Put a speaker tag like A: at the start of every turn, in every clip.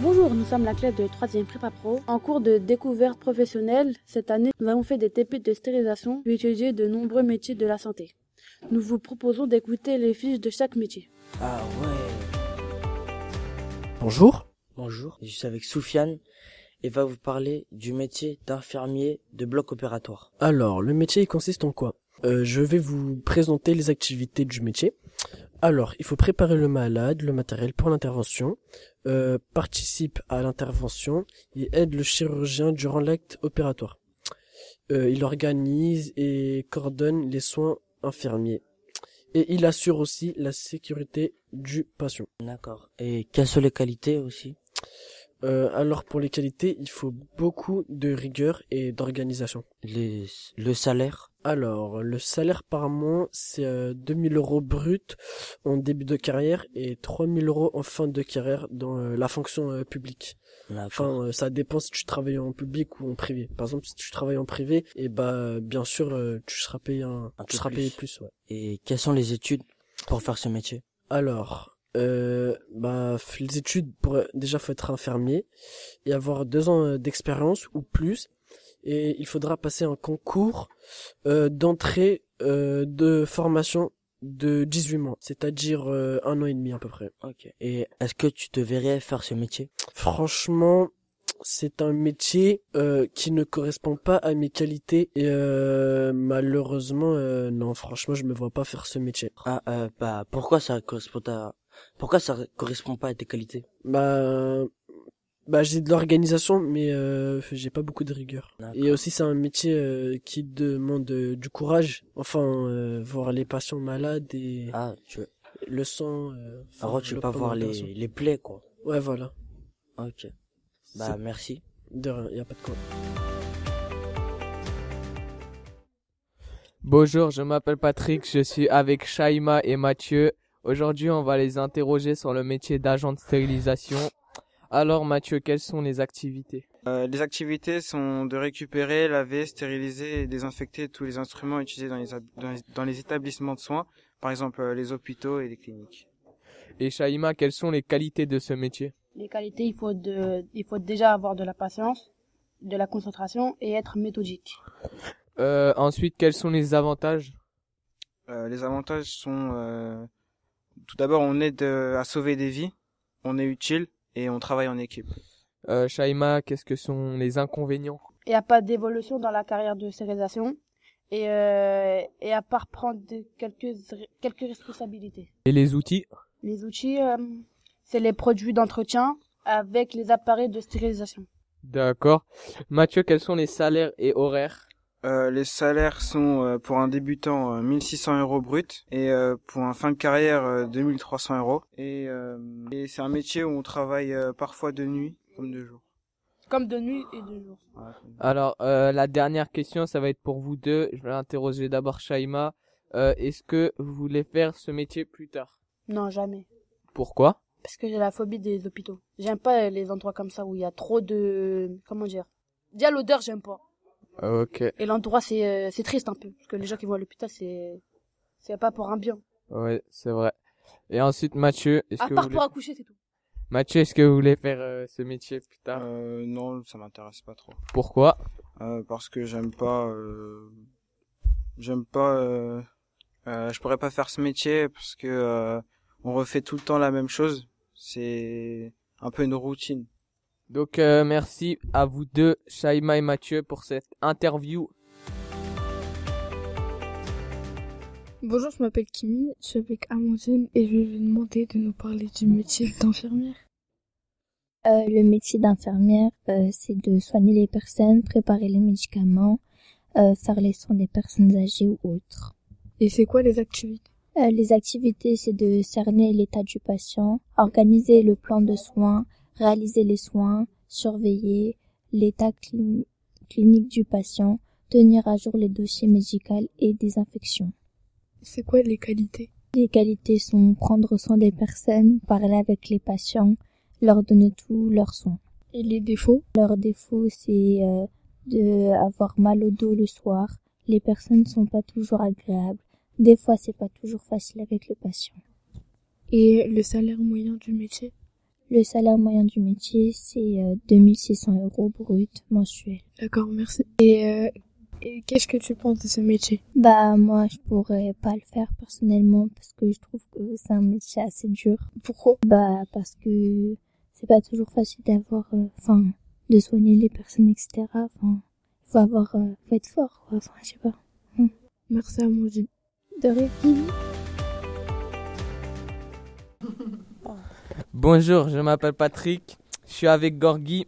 A: Bonjour, nous sommes la classe de 3e prépa pro. En cours de découverte professionnelle, cette année, nous avons fait des TP de stérilisation et étudié de nombreux métiers de la santé. Nous vous proposons d'écouter les fiches de chaque métier.
B: Ah ouais.
C: Bonjour.
B: Bonjour, je suis avec Soufiane et va vous parler du métier d'infirmier de bloc opératoire.
C: Alors, le métier il consiste en quoi Euh, Je vais vous présenter les activités du métier. Alors, il faut préparer le malade, le matériel pour l'intervention, euh, participe à l'intervention et aide le chirurgien durant l'acte opératoire. Euh, il organise et coordonne les soins infirmiers. Et il assure aussi la sécurité du patient.
B: D'accord. Et quelles sont les qualités aussi
C: Euh, alors pour les qualités, il faut beaucoup de rigueur et d'organisation.
B: Les, Le salaire
C: Alors, le salaire par mois, c'est euh, 2000 euros brut en début de carrière et 3000 euros en fin de carrière dans euh, la fonction euh, publique.
B: D'accord.
C: Enfin, euh, ça dépend si tu travailles en public ou en privé. Par exemple, si tu travailles en privé, et bah euh, bien sûr, euh, tu seras payé un,
B: Un
C: tu
B: peu
C: seras payé
B: plus.
C: plus. ouais.
B: Et quelles sont les études pour faire ce métier
C: Alors, euh, bah, f- les études, pour, déjà, faut être infirmier et avoir deux ans euh, d'expérience ou plus. Et il faudra passer un concours euh, d'entrée euh, de formation de 18 mois, c'est-à-dire euh, un an et demi à peu près.
B: Ok. Et est-ce que tu te verrais faire ce métier
C: Franchement, c'est un métier euh, qui ne correspond pas à mes qualités et euh, malheureusement, euh, non, franchement, je me vois pas faire ce métier.
B: Ah, euh, bah, pourquoi ça correspond à... Pourquoi ça correspond pas à tes qualités
C: Bah, bah j'ai de l'organisation, mais euh, j'ai pas beaucoup de rigueur.
B: D'accord.
C: Et aussi, c'est un métier euh, qui demande euh, du courage. Enfin, euh, voir les patients malades et
B: Ah, tu veux...
C: le sang. euh,
B: En
C: enfin,
B: gros, tu veux
C: le
B: pas
C: pain
B: voir
C: de la
B: les,
C: personne.
B: les plaies, quoi.
C: Ouais, voilà.
B: Ok. Bah, merci.
C: De rien, y a pas de quoi.
D: Bonjour, je m'appelle Patrick, je suis avec Shaima et Mathieu. Aujourd'hui, on va les interroger sur le métier d'agent de stérilisation. Alors Mathieu, quelles sont les activités
E: Euh, les activités sont de récupérer, laver, stériliser et désinfecter tous les instruments utilisés dans les, ab- dans les- dans les établissements de soins, par exemple euh, les hôpitaux et les cliniques.
D: Et Shaima, quelles sont les qualités de ce métier
A: Les qualités, il faut, de, il faut déjà avoir de la patience, de la concentration et être méthodique.
D: euh, Ensuite, quels sont les avantages
E: Euh, les avantages sont euh, tout d'abord on aide euh, à sauver des vies, on est utile et on travaille en équipe.
D: euh, Shaima, qu'est-ce que sont les inconvénients
A: Il n'y a pas d'évolution dans la carrière de stérilisation et, euh, et à part prendre de- quelques, quelques responsabilités.
D: Et les outils
A: Les outils, euh, c'est les produits d'entretien avec les appareils de stérilisation.
D: D'accord. Mathieu, quels sont les salaires et horaires
E: Euh, les salaires sont euh, pour un débutant euh, 1600 euros brut et euh, pour un fin de carrière euh, 2300 euros. Et, euh, et c'est un métier où on travaille euh, parfois de nuit comme de jour.
A: Comme de nuit et de jour.
E: Voilà.
D: Alors, euh, la dernière question, ça va être pour vous deux. Je vais interroger d'abord Shaima. Euh, Est-ce que vous voulez faire ce métier plus tard
A: Non, jamais.
D: Pourquoi
A: Parce que j'ai la phobie des hôpitaux. J'aime pas les endroits comme ça où il y a trop de... Comment dire Déjà l'odeur, j'aime pas.
D: Ah, Ok,
A: Et l'endroit, c'est euh, c'est triste un peu. Parce que les gens qui vont à l'hôpital, c'est... C'est pas pour un bien.
D: ouais, c'est vrai. Et ensuite, Mathieu, est-ce
A: À
D: que,
A: part
D: vous voulez...
A: pour accoucher, c'est tout.
D: Mathieu, est-ce que vous voulez faire euh, ce métier plus tard
E: Euh, non, ça m'intéresse pas trop.
D: Pourquoi
E: Euh, parce que j'aime pas euh, j'aime pas euh, euh, je pourrais pas faire ce métier parce que euh, on refait tout le temps la même chose c'est un peu une routine
D: Donc, euh, merci à vous deux, Shaima et Mathieu, pour cette interview.
F: Bonjour, je m'appelle Kimi, je suis avec Amandine et je vais vous demander de nous parler du métier d'infirmière.
G: Euh, le métier d'infirmière, euh, c'est de soigner les personnes, préparer les médicaments, euh, faire les soins des personnes âgées ou autres.
F: Et c'est quoi les activités
G: Euh, les activités, c'est de cerner l'état du patient, organiser le plan de soins, réaliser les soins, surveiller l'état clini- clinique du patient, tenir à jour les dossiers médicaux et des infections.
F: C'est quoi les qualités
G: Les qualités sont prendre soin des personnes, parler avec les patients, leur donner tous leurs soins.
F: Et les défauts
G: Leur défaut, c'est euh, de avoir mal au dos le soir. Les personnes ne sont pas toujours agréables. Des fois, c'est pas toujours facile avec le patient.
F: Et le salaire moyen du métier
G: Le salaire moyen du métier, c'est euh, 2600 euros brut mensuel.
F: D'accord, merci. Et, euh, et qu'est-ce que tu penses de ce métier
G: Bah moi, je pourrais pas le faire personnellement parce que je trouve que c'est un métier assez dur.
F: Pourquoi
G: Bah parce que c'est pas toujours facile d'avoir, euh, enfin, de soigner les personnes, etc. Enfin, faut avoir, euh, faut être fort, quoi. Enfin, je sais pas. Hmm.
F: Merci à mon Dieu.
G: De rien.
D: Bonjour, je m'appelle Patrick, je suis avec Gorgui.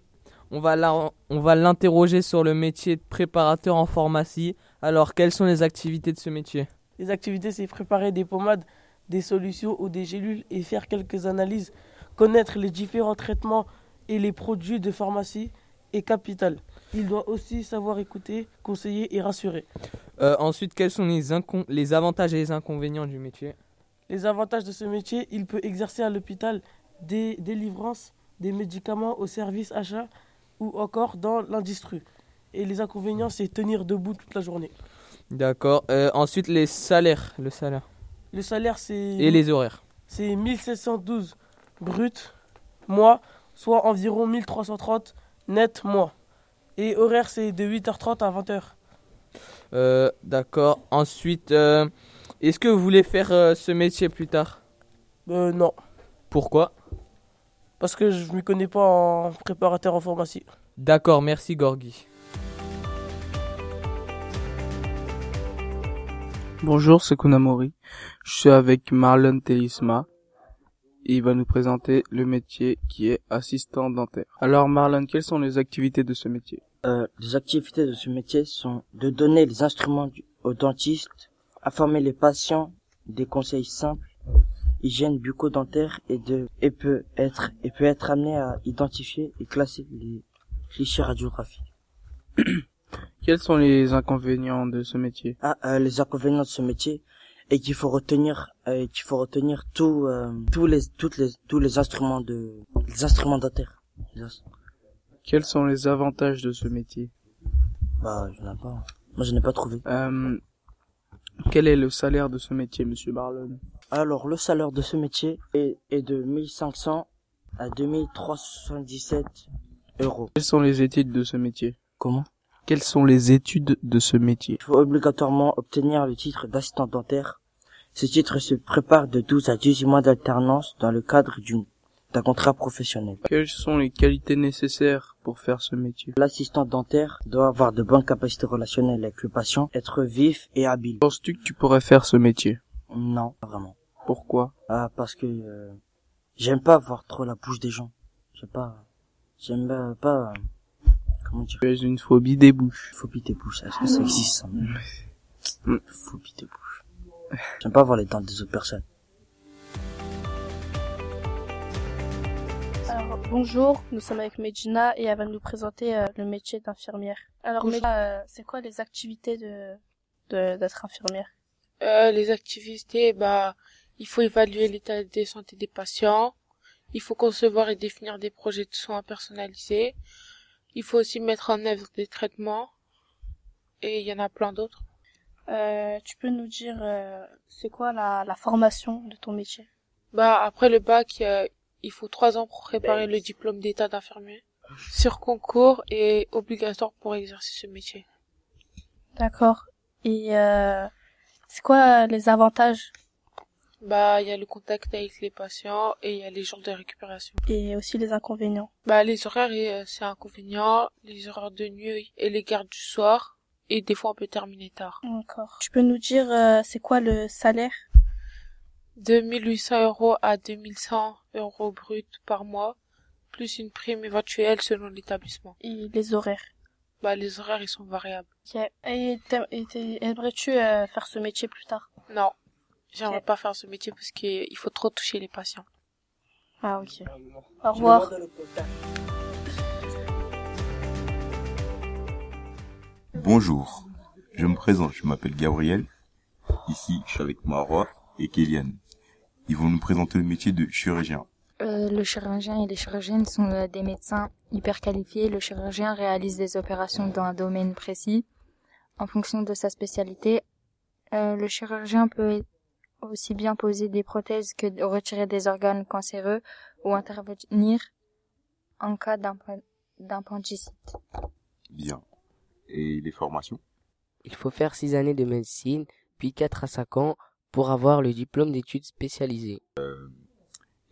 D: On va la- on va l'interroger sur le métier de préparateur en pharmacie. Alors, quelles sont les activités de ce métier
H: Les activités, c'est préparer des pommades, des solutions ou des gélules et faire quelques analyses. Connaître les différents traitements et les produits de pharmacie est capital. Il doit aussi savoir écouter, conseiller et rassurer.
D: Euh, Ensuite, quels sont les, incon- les avantages et les inconvénients du métier
H: Les avantages de ce métier, il peut exercer à l'hôpital des délivrances, des médicaments au service achat ou encore dans l'industrie. Et les inconvénients, c'est tenir debout toute la journée.
D: D'accord. Euh, ensuite, les salaires. Le salaire.
H: Le salaire, c'est...
D: Et les horaires.
H: c'est 1712 brut mois, soit environ 1330 net mois. Et horaire, c'est de 8h30 à 20h.
D: Euh, D'accord. Ensuite, euh, est-ce que vous voulez faire euh, ce métier plus tard
H: Euh, non,
D: Pourquoi
H: parce que je ne m'y connais pas en préparateur en pharmacie.
D: D'accord, merci Gorgui.
I: Bonjour, c'est Kunamori. Je suis avec Marlon Telisma. Il va nous présenter le métier qui est assistant dentaire. Alors Marlon, quelles sont les activités de ce métier
B: Euh, les activités de ce métier sont de donner les instruments du- aux dentistes, informer les patients des conseils simples, hygiène bucco-dentaire et de et peut être et peut être amené à identifier et classer les clichés radiographiques.
I: Quels sont les inconvénients de ce métier
B: Ah, euh, les inconvénients de ce métier et qu'il faut retenir euh, qu'il faut retenir tout euh, tous les toutes les tous les instruments de les instruments dentaires. Les ins-
I: Quels sont les avantages de ce métier
B: Bah, je n'ai pas. Moi, je n'ai pas trouvé.
I: Euh, Quel est le salaire de ce métier, monsieur Marlon
B: Alors, le salaire de ce métier est, est de 1500 à 2377 euros.
I: Quelles sont les études de ce métier
B: Comment
I: Quelles sont les études de ce métier
B: Il faut obligatoirement obtenir le titre d'assistant dentaire. Ce titre se prépare de 12 à 18 mois d'alternance dans le cadre d'une- d'un contrat professionnel.
I: Quelles sont les qualités nécessaires pour faire ce métier
B: L'assistant dentaire doit avoir de bonnes capacités relationnelles avec le patient, être vif et habile.
I: Penses-tu que tu pourrais faire ce métier
B: Non, pas vraiment.
I: Pourquoi
B: Ah, parce que euh, j'aime pas voir trop la bouche des gens. J'aime pas... J'aime euh, pas... euh, comment dire
I: Tu as une phobie des bouches.
B: Phobie des bouches, est-ce que ça existe ça Mm. Phobie des bouches. J'aime pas voir les dents des autres personnes.
J: Alors, bonjour, nous sommes avec Medjina et elle va nous présenter euh, le métier d'infirmière. Alors,
F: Bonjour.
J: Medjina, euh, c'est quoi les activités de de- d'être infirmière
K: Euh, les activités, bah, il faut évaluer l'état de santé des patients. Il faut concevoir et définir des projets de soins personnalisés. Il faut aussi mettre en œuvre des traitements. Et il y en a plein d'autres.
J: euh, Tu peux nous dire euh, c'est quoi la, la formation de ton métier
K: Bah, après le bac, euh, il faut trois ans pour préparer le diplôme d'état d'infirmier. Sur concours et obligatoire pour exercer ce métier.
J: D'accord. Et euh, c'est quoi les avantages
K: Bah, il y a le contact avec les patients et il y a les jours de récupération.
J: et aussi les inconvénients
K: Bah, les horaires, euh, c'est inconvénient. Les horaires de nuit et les gardes du soir. Et des fois, on peut terminer tard.
J: Encore. Tu peux nous dire euh, c'est quoi le salaire
K: 2800 euros à 2100 euros brut par mois. Plus une prime éventuelle selon l'établissement.
J: et les horaires
K: Bah, les horaires, ils sont variables.
J: Ok. Et t'aimes- et t'es- aimerais-tu euh, faire ce métier plus tard
K: Non. J'aimerais
J: Ok.
K: pas faire ce métier parce qu'il faut trop toucher les patients.
J: Ah ok. Au revoir.
L: Bonjour, je me présente, je m'appelle Gabriel. Ici, je suis avec Marwa et Kéliane. Ils vont nous présenter le métier de chirurgien.
G: Euh, le chirurgien et les chirurgiennes sont euh, des médecins hyper qualifiés. Le chirurgien réalise des opérations dans un domaine précis en fonction de sa spécialité. Euh, le chirurgien peut aussi bien poser des prothèses que de- retirer des organes cancéreux ou intervenir en cas d'appen- d'appendicite.
L: Bien. Et les formations
M: Il faut faire 6 années de médecine, puis 4 à 5 ans pour avoir le diplôme d'études spécialisées.
L: Euh,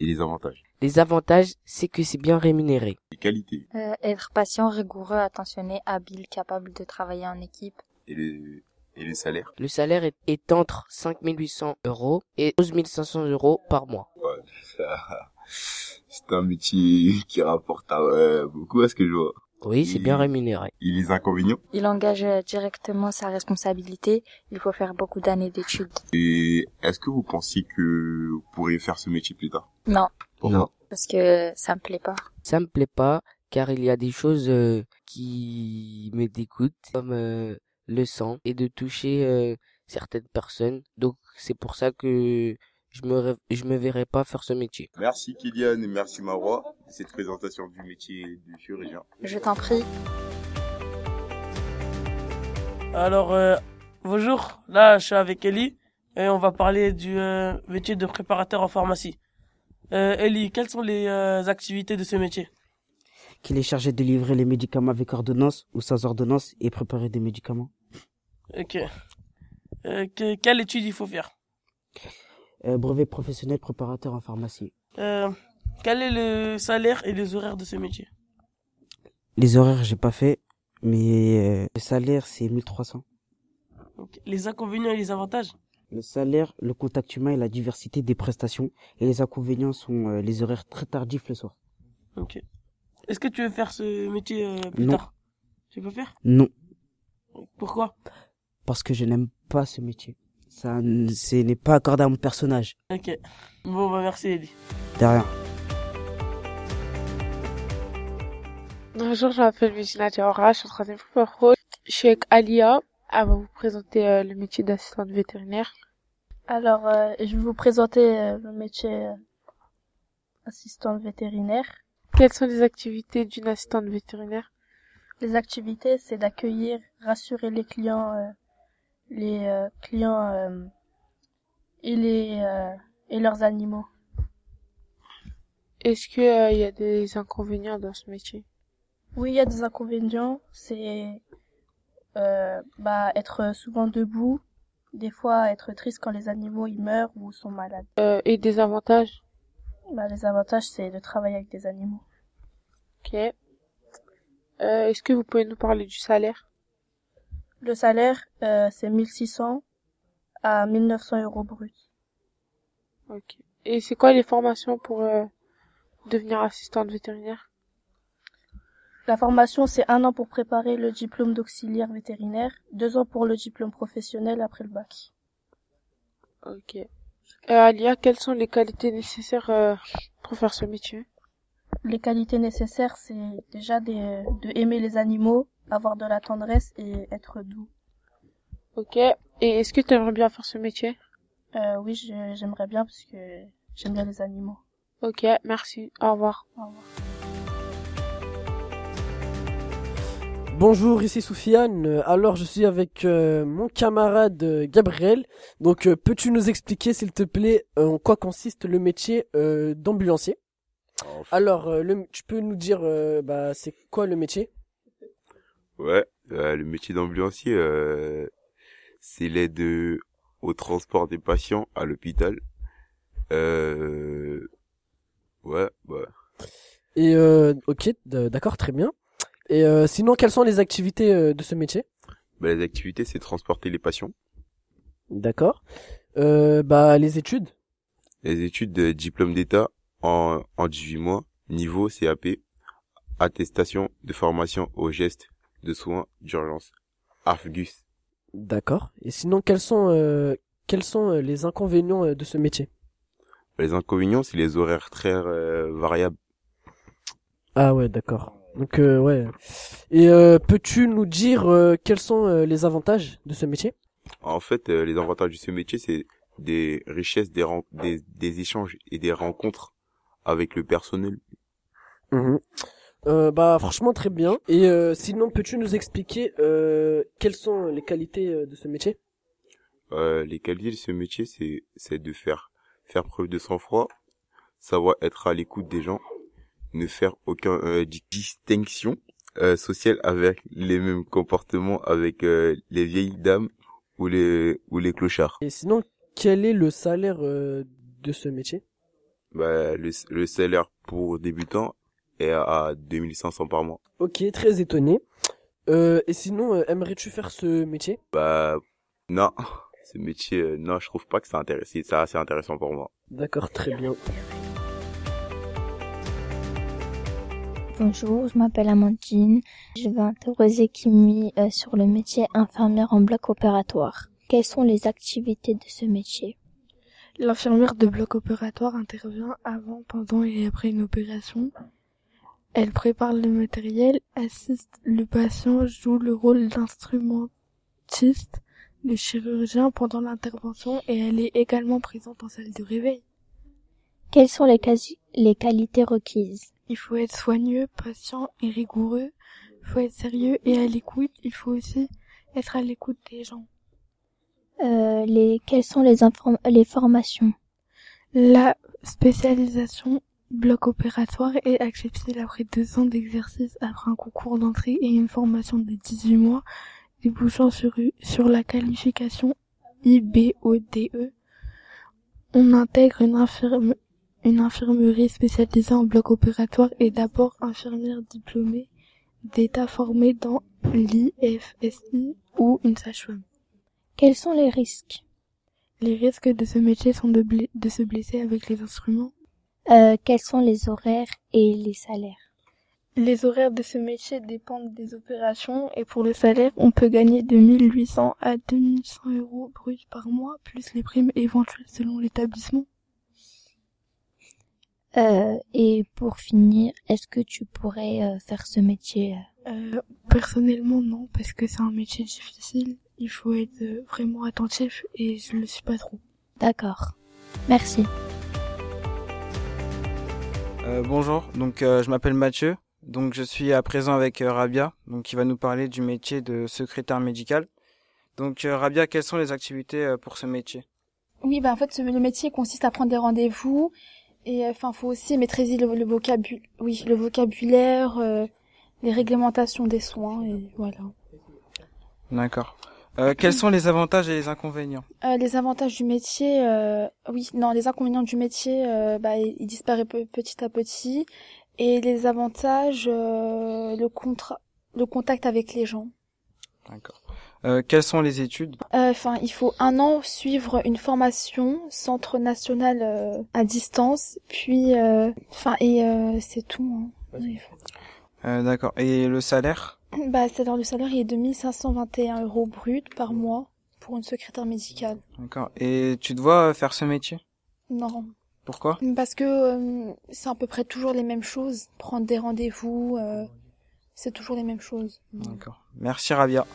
L: Et les avantages
M: Les avantages, c'est que c'est bien rémunéré.
L: Les qualités
G: Euh, être patient, rigoureux, attentionné, habile, capable de travailler en équipe.
L: Et le, et le salaire
M: Le salaire est, est entre 5800 euros et 12 500 euros par mois.
L: Ouais, ça- C'est un métier qui rapporte euh, beaucoup à ce que je vois.
M: Oui, c'est
L: Et-
M: bien rémunéré.
L: Et les inconvénients
G: Il engage euh, directement sa responsabilité. Il faut faire beaucoup d'années d'études.
L: Et est-ce que vous pensez que vous pourriez faire ce métier plus tard
G: Non,
M: Non.
G: parce que ça me plaît pas.
M: Ça me plaît pas, car il y a des choses euh, qui me dégoûtent, comme euh, le sang, et de toucher euh, certaines personnes. Donc c'est pour ça que je me, rêve- je me verrai pas faire ce métier.
L: Merci Kylian et merci Marois de cette présentation du métier de chirurgien.
G: Je t'en prie.
H: Alors, euh, bonjour, là je suis avec Ellie et on va parler du euh, métier de préparateur en pharmacie. Euh, Ellie, quelles sont les euh, activités de ce métier
N: qu'il est chargé de livrer les médicaments avec ordonnance ou sans ordonnance et préparer des médicaments.
H: Ok. Euh, que- quelle étude il faut faire
N: Euh, brevet professionnel préparateur en pharmacie.
H: Euh, Quel est le salaire et les horaires de ce métier
N: Les horaires, j'ai pas fait, mais euh, le salaire, c'est 1300.
H: Ok. Les inconvénients et les avantages
N: Le salaire, le contact humain et la diversité des prestations. Et les inconvénients sont euh, les horaires très tardifs le soir.
H: Ok. Est-ce que tu veux faire ce métier euh, plus
N: Non.
H: tard Tu peux faire
N: Non,
H: Pourquoi
N: parce que je n'aime pas ce métier. Ça n- ce n'est pas accordé à mon personnage.
H: Ok. Bon, bah merci Ellie.
N: Derrière.
K: Bonjour, je m'appelle Mugina Diawara, je suis en troisième prépa pro. Je suis avec Alia. Elle va vous présenter euh, le métier d'assistante vétérinaire.
J: Alors, euh, je vais vous présenter euh, le métier euh, assistante vétérinaire.
K: Quelles sont les activités d'une assistante vétérinaire
J: Les activités, c'est d'accueillir, rassurer les clients, euh, les euh, clients euh, et les euh, et leurs animaux.
K: Est-ce qu'il il y a des inconvénients dans ce métier
J: Oui, il y a des inconvénients, c'est euh, bah, être souvent debout, des fois être triste quand les animaux ils meurent ou sont malades.
K: Euh, Et des avantages
J: Bah, les avantages, c'est de travailler avec des animaux.
K: Ok. Euh, Est-ce que vous pouvez nous parler du salaire
J: Le salaire, euh, c'est 1600 à 1900 euros brut.
K: Ok. Et c'est quoi les formations pour euh, devenir assistante vétérinaire
J: La formation, c'est un an pour préparer le diplôme d'auxiliaire vétérinaire, deux ans pour le diplôme professionnel après le bac.
K: Ok. Euh, Alia, quelles sont les qualités nécessaires euh, pour faire ce métier
J: Les qualités nécessaires, c'est déjà des, de aimer les animaux, avoir de la tendresse et être doux.
K: Ok. Et est-ce que tu aimerais bien faire ce métier
J: Euh, oui, je- j'aimerais bien parce que j'aime bien les animaux.
K: Ok, merci. Au revoir.
J: Au revoir.
C: Bonjour, ici Soufiane. Euh, Alors, je suis avec euh, mon camarade euh, Gabriel. Donc, euh, peux-tu nous expliquer, s'il te plaît, euh, en quoi consiste le métier euh, d'ambulancier Alors, euh, le- tu peux nous dire, euh, bah, c'est quoi le métier
L: Ouais, euh, le métier d'ambulancier, euh, c'est l'aide euh, au transport des patients à l'hôpital. Euh, ouais, bah,
C: Et euh, ok, d- d'accord, très bien. Et euh, sinon, quelles sont les activités euh, de ce métier
L: bah, les activités, c'est transporter les patients.
C: D'accord. Euh, bah, les études.
L: Les études de diplôme d'État en, en 18 mois, niveau CAP, attestation de formation aux gestes de soins d'urgence. Argus.
C: D'accord. Et sinon, quels sont euh, quels sont euh, les inconvénients euh, de ce métier
L: Les inconvénients, c'est les horaires très euh, variables.
C: Ah ouais, d'accord. Donc euh, ouais. Et euh, peux-tu nous dire euh, quels sont euh, les avantages de ce métier
L: En fait, euh, les avantages de ce métier, c'est des richesses, des, ren- des, des échanges et des rencontres avec le personnel.
C: Euh, Bah franchement très bien. Et euh, sinon, peux-tu nous expliquer euh, quelles sont les qualités euh, de ce métier
L: Euh, les qualités de ce métier, c'est c'est de faire faire preuve de sang-froid, savoir être à l'écoute des gens, ne faire aucun euh, di- distinction euh, sociale avec les mêmes comportements avec euh, les vieilles dames ou les ou les clochards.
C: Et sinon, quel est le salaire euh, de ce métier
L: Bah, le, le salaire pour débutants est à 2500 par mois.
C: Ok, très étonné. Euh, et sinon, euh, aimerais-tu faire ce métier
L: Bah non, ce métier euh, non, je trouve pas que c'est intéressant, c'est assez intéressant pour moi.
C: D'accord, très bien.
G: Bonjour, je m'appelle Amandine. Je vais interroger Kimi euh, sur le métier infirmière en bloc opératoire. Quelles sont les activités de ce métier
F: L'infirmière de bloc opératoire intervient avant, pendant et après une opération. Elle prépare le matériel, assiste le patient, joue le rôle d'instrumentiste, de chirurgien pendant l'intervention et elle est également présente en salle de réveil.
G: Quelles sont les, quasi- les qualités requises
F: Il faut être soigneux, patient et rigoureux. Il faut être sérieux et à l'écoute. Il faut aussi être à l'écoute des gens.
G: Euh, les, Quelles sont les, inform- les formations
F: La spécialisation bloc opératoire est acceptée après deux ans d'exercice après un concours d'entrée et une formation de 18 mois débouchant sur, u- sur la qualification IBODE. E. On intègre une, infirme- une infirmerie spécialisée en bloc opératoire et d'abord infirmière diplômée d'État formée dans l'IFSI ou une sage-femme.
G: Quels sont les risques
F: Les risques de ce métier sont de, blé- de se blesser avec les instruments.
G: Euh, Quels sont les horaires et les salaires
F: Les horaires de ce métier dépendent des opérations et pour le salaire, on peut gagner de 1800 à 2100 euros bruts par mois, plus les primes éventuelles selon l'établissement.
G: Euh, Et pour finir, est-ce que tu pourrais euh, faire ce métier euh,
F: Euh, personnellement, non, parce que c'est un métier difficile. Il faut être euh, vraiment attentif et je le suis pas trop.
G: D'accord. Merci.
E: Euh, bonjour, donc euh, je m'appelle Mathieu, donc je suis à présent avec euh, Rabia, donc qui va nous parler du métier de secrétaire médical. Donc euh, Rabia, quelles sont les activités euh, pour ce métier
O: Oui, bah en fait, ce- le métier consiste à prendre des rendez-vous et euh, enfin, faut aussi maîtriser le, le vocabu- oui, le vocabulaire, euh, les réglementations des soins et voilà.
E: D'accord. Euh, quels sont les avantages et les inconvénients
O: Euh, les avantages du métier, euh, oui, non, les inconvénients du métier, euh, bah, il il disparaît pe- petit à petit et les avantages, euh, le contra- le contact avec les gens.
E: D'accord. Euh, quelles sont les études
O: Euh, Enfin, il faut un an suivre une formation centre national euh, à distance, puis euh, enfin et euh, c'est tout. hein. Oui.
E: Euh, D'accord. Et le salaire
O: Bah, c'est-à-dire le salaire il est de 1521 euros brut par mois pour une secrétaire médicale.
E: D'accord. Et tu te vois euh, faire ce métier
O: Non.
E: Pourquoi
O: Parce que euh, c'est à peu près toujours les mêmes choses. Prendre des rendez-vous, euh, c'est toujours les mêmes choses.
E: D'accord. Merci Rabia.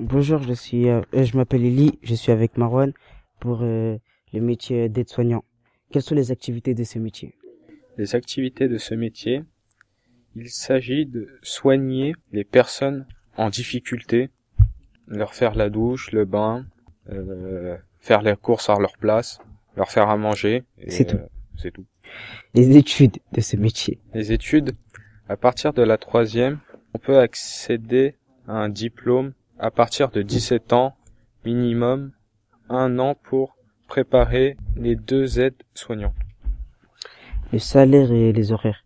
N: Bonjour, je suis, euh, euh, je m'appelle Eli, je suis avec Marwan pour euh, le métier d'aide-soignant. Quelles sont les activités de ce métier
P: les activités de ce métier. Il s'agit de soigner les personnes en difficulté, leur faire la douche, le bain, euh, faire les courses à leur place, leur faire à manger. et,
N: C'est tout.
P: euh, C'est tout.
N: Les études de ce métier.
P: Les études, à partir de la troisième, on peut accéder à un diplôme à partir de 17 ans, minimum un an pour préparer les deux aides soignants.
N: Le salaire et les horaires.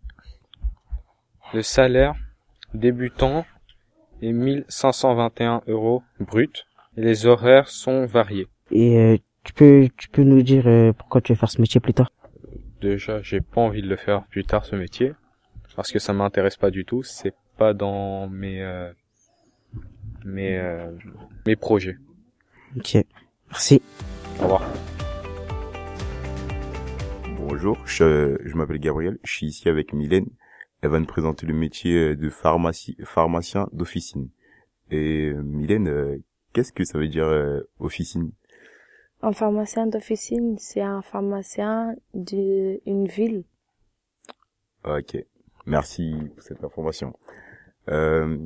P: Le salaire débutant est 1521 euros brut. Et les horaires sont variés.
N: Et euh, tu peux, tu peux nous dire euh, pourquoi tu veux faire ce métier plus tard
P: Déjà, j'ai pas envie de le faire plus tard ce métier parce que ça m'intéresse pas du tout. C'est pas dans mes euh, mes euh, mes projets.
N: Ok, merci.
P: Au revoir.
L: Bonjour, je, je m'appelle Gabriel, je suis ici avec Mylène. Elle va nous présenter le métier euh, de pharmacie, pharmacien d'officine. Et euh, Mylène, euh, qu'est-ce que ça veut dire euh, officine
Q: Un pharmacien d'officine, c'est un pharmacien d'une ville.
L: Ok, merci pour cette information. Euh,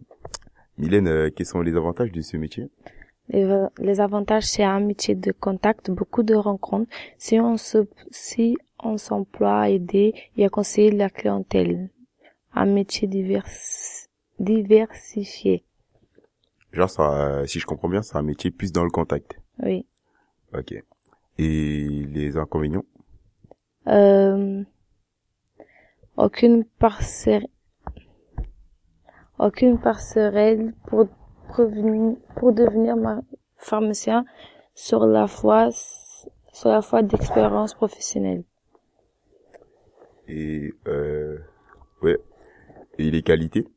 L: Mylène, euh, quels sont les avantages de ce métier
Q: Les, va- les avantages, c'est un métier de contact, beaucoup de rencontres. Si on se, si on s'emploie à aider et à conseiller la clientèle. Un métier divers, diversifié.
L: Genre, ça, si je comprends bien, c'est un métier plus dans le contact.
Q: Oui.
L: Ok. Et les inconvénients
Q: Euh, aucune parcelle, aucune parcelle pour prévenir- pour devenir ma- pharmacien sur la foi, sur la foi d'expérience professionnelle.
L: Et euh, ouais. Et les qualités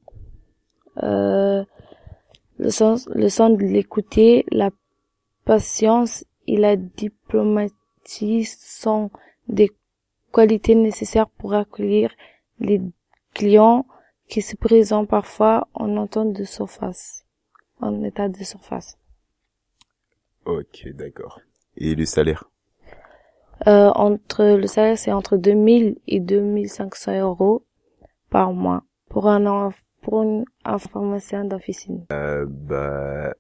Q: Euh, le sens, le sens de l'écouter, la patience et la diplomatie sont des qualités nécessaires pour accueillir les clients qui se présentent parfois en état de surface, en état de surface.
L: Ok, d'accord. Et le salaire
Q: Euh, entre le salaire c'est entre 2000 et 2500 euros par mois pour un en- pour une- un pharmacien d'officine.
L: euh, Bah,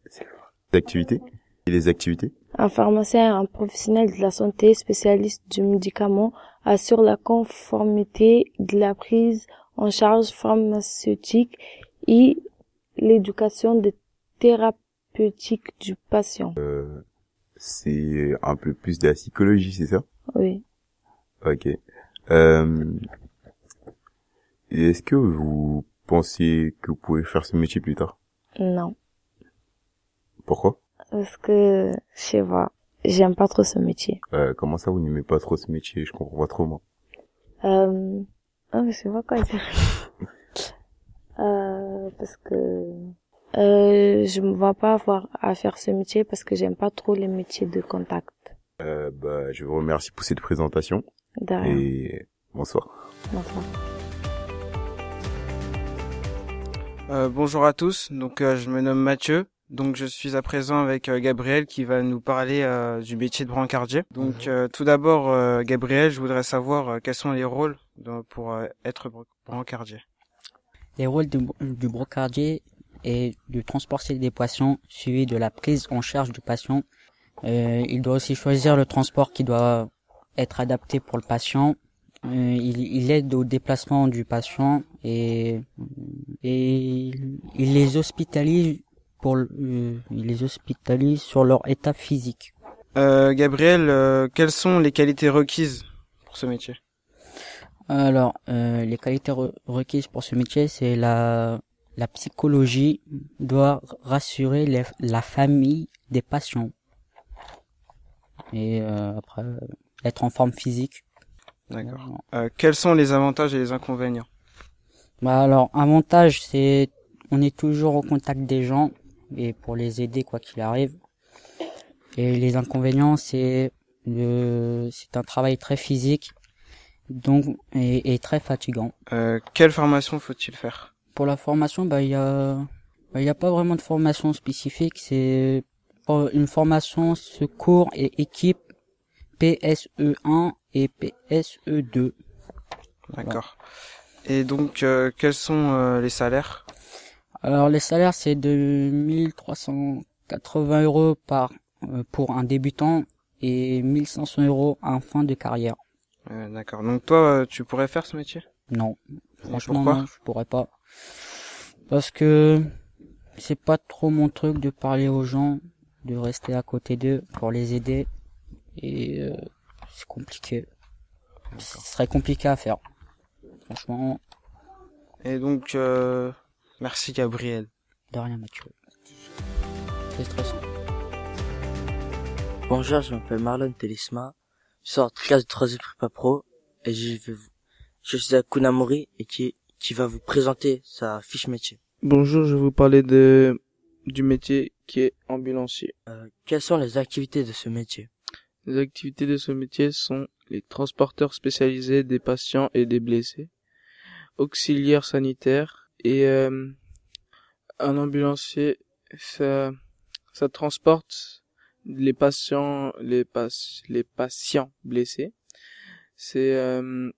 L: les activités Et les activités
Q: Un pharmacien est un professionnel de la santé spécialiste du médicament assure la conformité de la prise en charge pharmaceutique et l'éducation des thérapeutiques du patient.
L: Euh, C'est un peu plus de la psychologie, c'est ça
Q: Oui.
L: Ok. Euh, et Est-ce que vous pensez que vous pouvez faire ce métier plus tard
Q: Non.
L: Pourquoi
Q: Parce que, je sais pas, j'aime pas trop ce métier.
L: euh, Comment ça, vous n'aimez pas trop ce métier Je comprends pas trop, moi.
Q: Euh, ah, je sais pas quoi dire. euh, parce que euh, je me vois pas avoir à faire ce métier parce que j'aime pas trop les métiers de contact.
L: Euh, bah, je vous remercie pour cette présentation.
Q: De rien.
L: Et bonsoir.
Q: Bonsoir.
E: Euh, bonjour à tous, donc euh, je me nomme Mathieu, donc je suis à présent avec euh, Gabriel qui va nous parler euh, du métier de brancardier. Donc euh, tout d'abord euh, Gabriel, je voudrais savoir euh, quels sont les rôles dans- pour euh, être br- brancardier.
R: Les rôles du, du brocardier est de transporter des patients suivi de la prise en charge du patient. Euh, il doit aussi choisir le transport qui doit être adapté pour le patient. Euh, il, il aide au déplacement du patient et, et il, il les hospitalise pour le- euh, il les hospitalise sur leur état physique.
E: Euh, Gabriel, euh, quelles sont les qualités requises pour ce métier
R: Alors, euh, les qualités re- requises pour ce métier, c'est la, la psychologie doit rassurer les- la famille des patients. Et euh, après, euh, être en forme physique.
E: D'accord. Euh, quels sont les avantages et les inconvénients
R: Bah alors, avantage, c'est on est toujours au contact des gens et pour les aider quoi qu'il arrive. Et les inconvénients, c'est le, c'est un travail très physique, donc et, et très fatigant.
E: Euh, Quelle formation faut-il faire
R: Pour la formation, bah il y a, bah, il y a pas vraiment de formation spécifique. C'est euh, une formation secours et équipe PSE1 et E PSE2.
E: D'accord. Et donc euh, quels sont euh, les salaires
R: Alors les salaires c'est de 1380 euros par euh, pour un débutant et 1500 euros en fin de carrière.
E: Euh, D'accord. Donc toi, euh, tu pourrais faire ce métier
R: Non,
E: Et
R: franchement
E: pourquoi
R: non, je pourrais pas parce que c'est pas trop mon truc de parler aux gens, de rester à côté d'eux pour les aider et euh, c'est compliqué. Ce serait compliqué à faire. Franchement,
E: Et donc, euh, merci Gabriel.
R: de rien Mathieu. C'est stressant.
B: Bonjour, je m'appelle Marlon Télisma. Je sors de classe de 3 prépa pro et je vais vous- je suis à Kunamori et qui, qui va vous présenter sa fiche métier.
I: Bonjour, je vais vous parler de du métier qui est ambulancier.
B: Euh, quelles sont les activités de ce métier?
I: Les activités de ce métier sont les transporteurs spécialisés des patients et des blessés, auxiliaires sanitaires et euh, un ambulancier. Ça, ça transporte les patients, les pas, les patients blessés. C'est euh,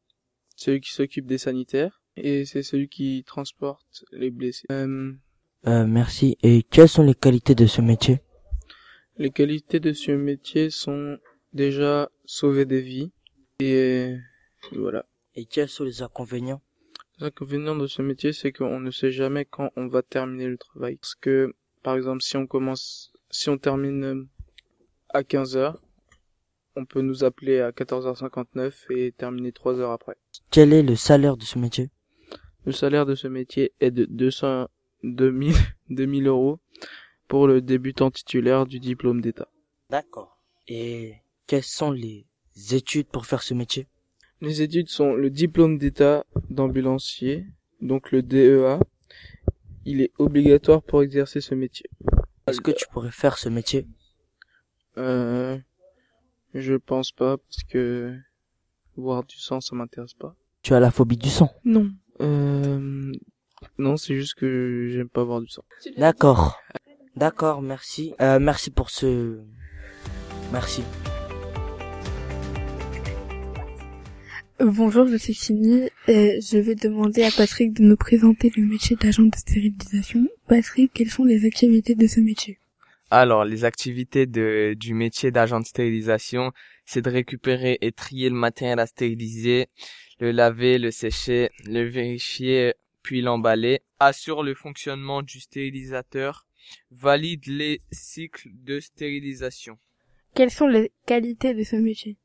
I: celui qui s'occupe des sanitaires et c'est celui qui transporte les blessés. Euh,
B: Euh, merci. Et quelles sont les qualités de ce métier?
I: Les qualités de ce métier sont déjà sauver des vies et voilà.
B: Et quels sont les inconvénients
I: L'inconvénient de ce métier, c'est qu'on ne sait jamais quand on va terminer le travail. Parce que, par exemple, si on commence, si on termine euh, à 15 heures, on peut nous appeler à 14h59 et terminer 3 heures après.
B: Quel est le salaire de ce métier
I: Le salaire de ce métier est de 200, 2000, 2000 euros pour le débutant titulaire du diplôme d'État.
B: D'accord. Et quelles sont les études pour faire ce métier
I: Les études sont le diplôme d'État d'ambulancier, donc le DEA. Il est obligatoire pour exercer ce métier.
B: Est-ce que tu pourrais faire ce métier
I: Euh, je pense pas parce que voir du sang, ça m'intéresse pas.
B: Tu as la phobie du sang.
I: Non. Euh, non, c'est juste que j'aime pas voir du sang.
B: D'accord. D'accord, merci. Euh, merci pour ce... Merci.
F: Euh, Bonjour, je suis Chini et je vais demander à Patrick de nous présenter le métier d'agent de stérilisation. Patrick, quelles sont les activités de ce métier
D: Alors, les activités de, du métier d'agent de stérilisation, c'est de récupérer et trier le matériel à stériliser, le laver, le sécher, le vérifier, puis l'emballer. Assure le fonctionnement du stérilisateur, valide les cycles de stérilisation.
F: Quelles sont les qualités de ce métier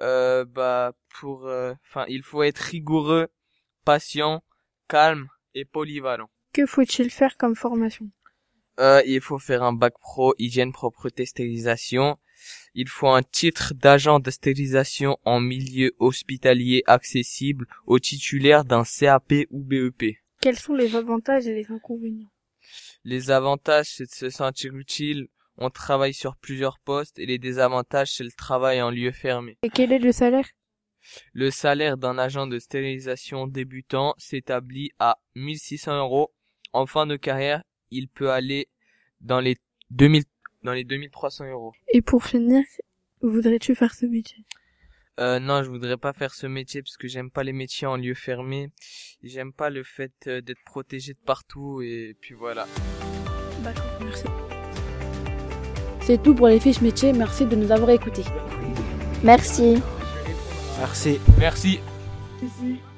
D: Euh, bah, pour, enfin, il faut être rigoureux, patient, calme et polyvalent.
F: Que faut-il faire comme formation
D: Euh, il faut faire un bac pro hygiène propreté stérilisation. Il faut un titre d'agent de stérilisation en milieu hospitalier accessible au titulaire d'un CAP ou E BEP.
F: Quels sont les avantages et les inconvénients
D: Les avantages, c'est de se sentir utile. On travaille sur plusieurs postes et les désavantages, c'est le travail en lieu fermé.
F: Et quel est le salaire
D: Le salaire d'un agent de stérilisation débutant s'établit à 1600 euros. En fin de carrière, il peut aller dans les 2000, dans les 2300 euros.
F: Et pour finir, voudrais-tu faire ce métier
D: Euh, non, je voudrais pas faire ce métier parce que j'aime pas les métiers en lieu fermé. J'aime pas le fait euh, d'être protégé de partout et puis voilà.
F: D'accord, merci.
A: C'est tout pour les fiches métiers. Merci de nous avoir écoutés.
G: Merci.
B: Merci.
D: Merci.
A: Merci.